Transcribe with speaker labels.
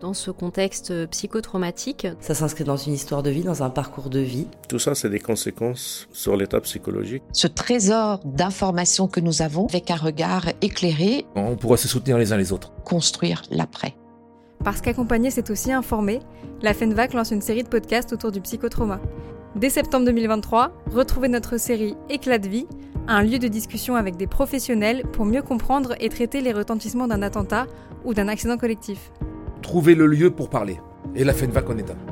Speaker 1: dans ce contexte psychotraumatique.
Speaker 2: Ça s'inscrit dans une histoire de vie, dans un parcours de vie.
Speaker 3: Tout ça, c'est des conséquences sur l'état psychologique.
Speaker 4: Ce trésor d'informations que nous avons, avec un regard éclairé,
Speaker 5: On pourra se soutenir les uns les autres.
Speaker 4: construire l'après.
Speaker 6: Parce qu'accompagner, c'est aussi informer, la FENVAC lance une série de podcasts autour du psychotrauma. Dès septembre 2023, retrouvez notre série Éclat de vie, un lieu de discussion avec des professionnels pour mieux comprendre et traiter les retentissements d'un attentat ou d'un accident collectif.
Speaker 5: Trouver le lieu pour parler. Et la FENVAC en est un.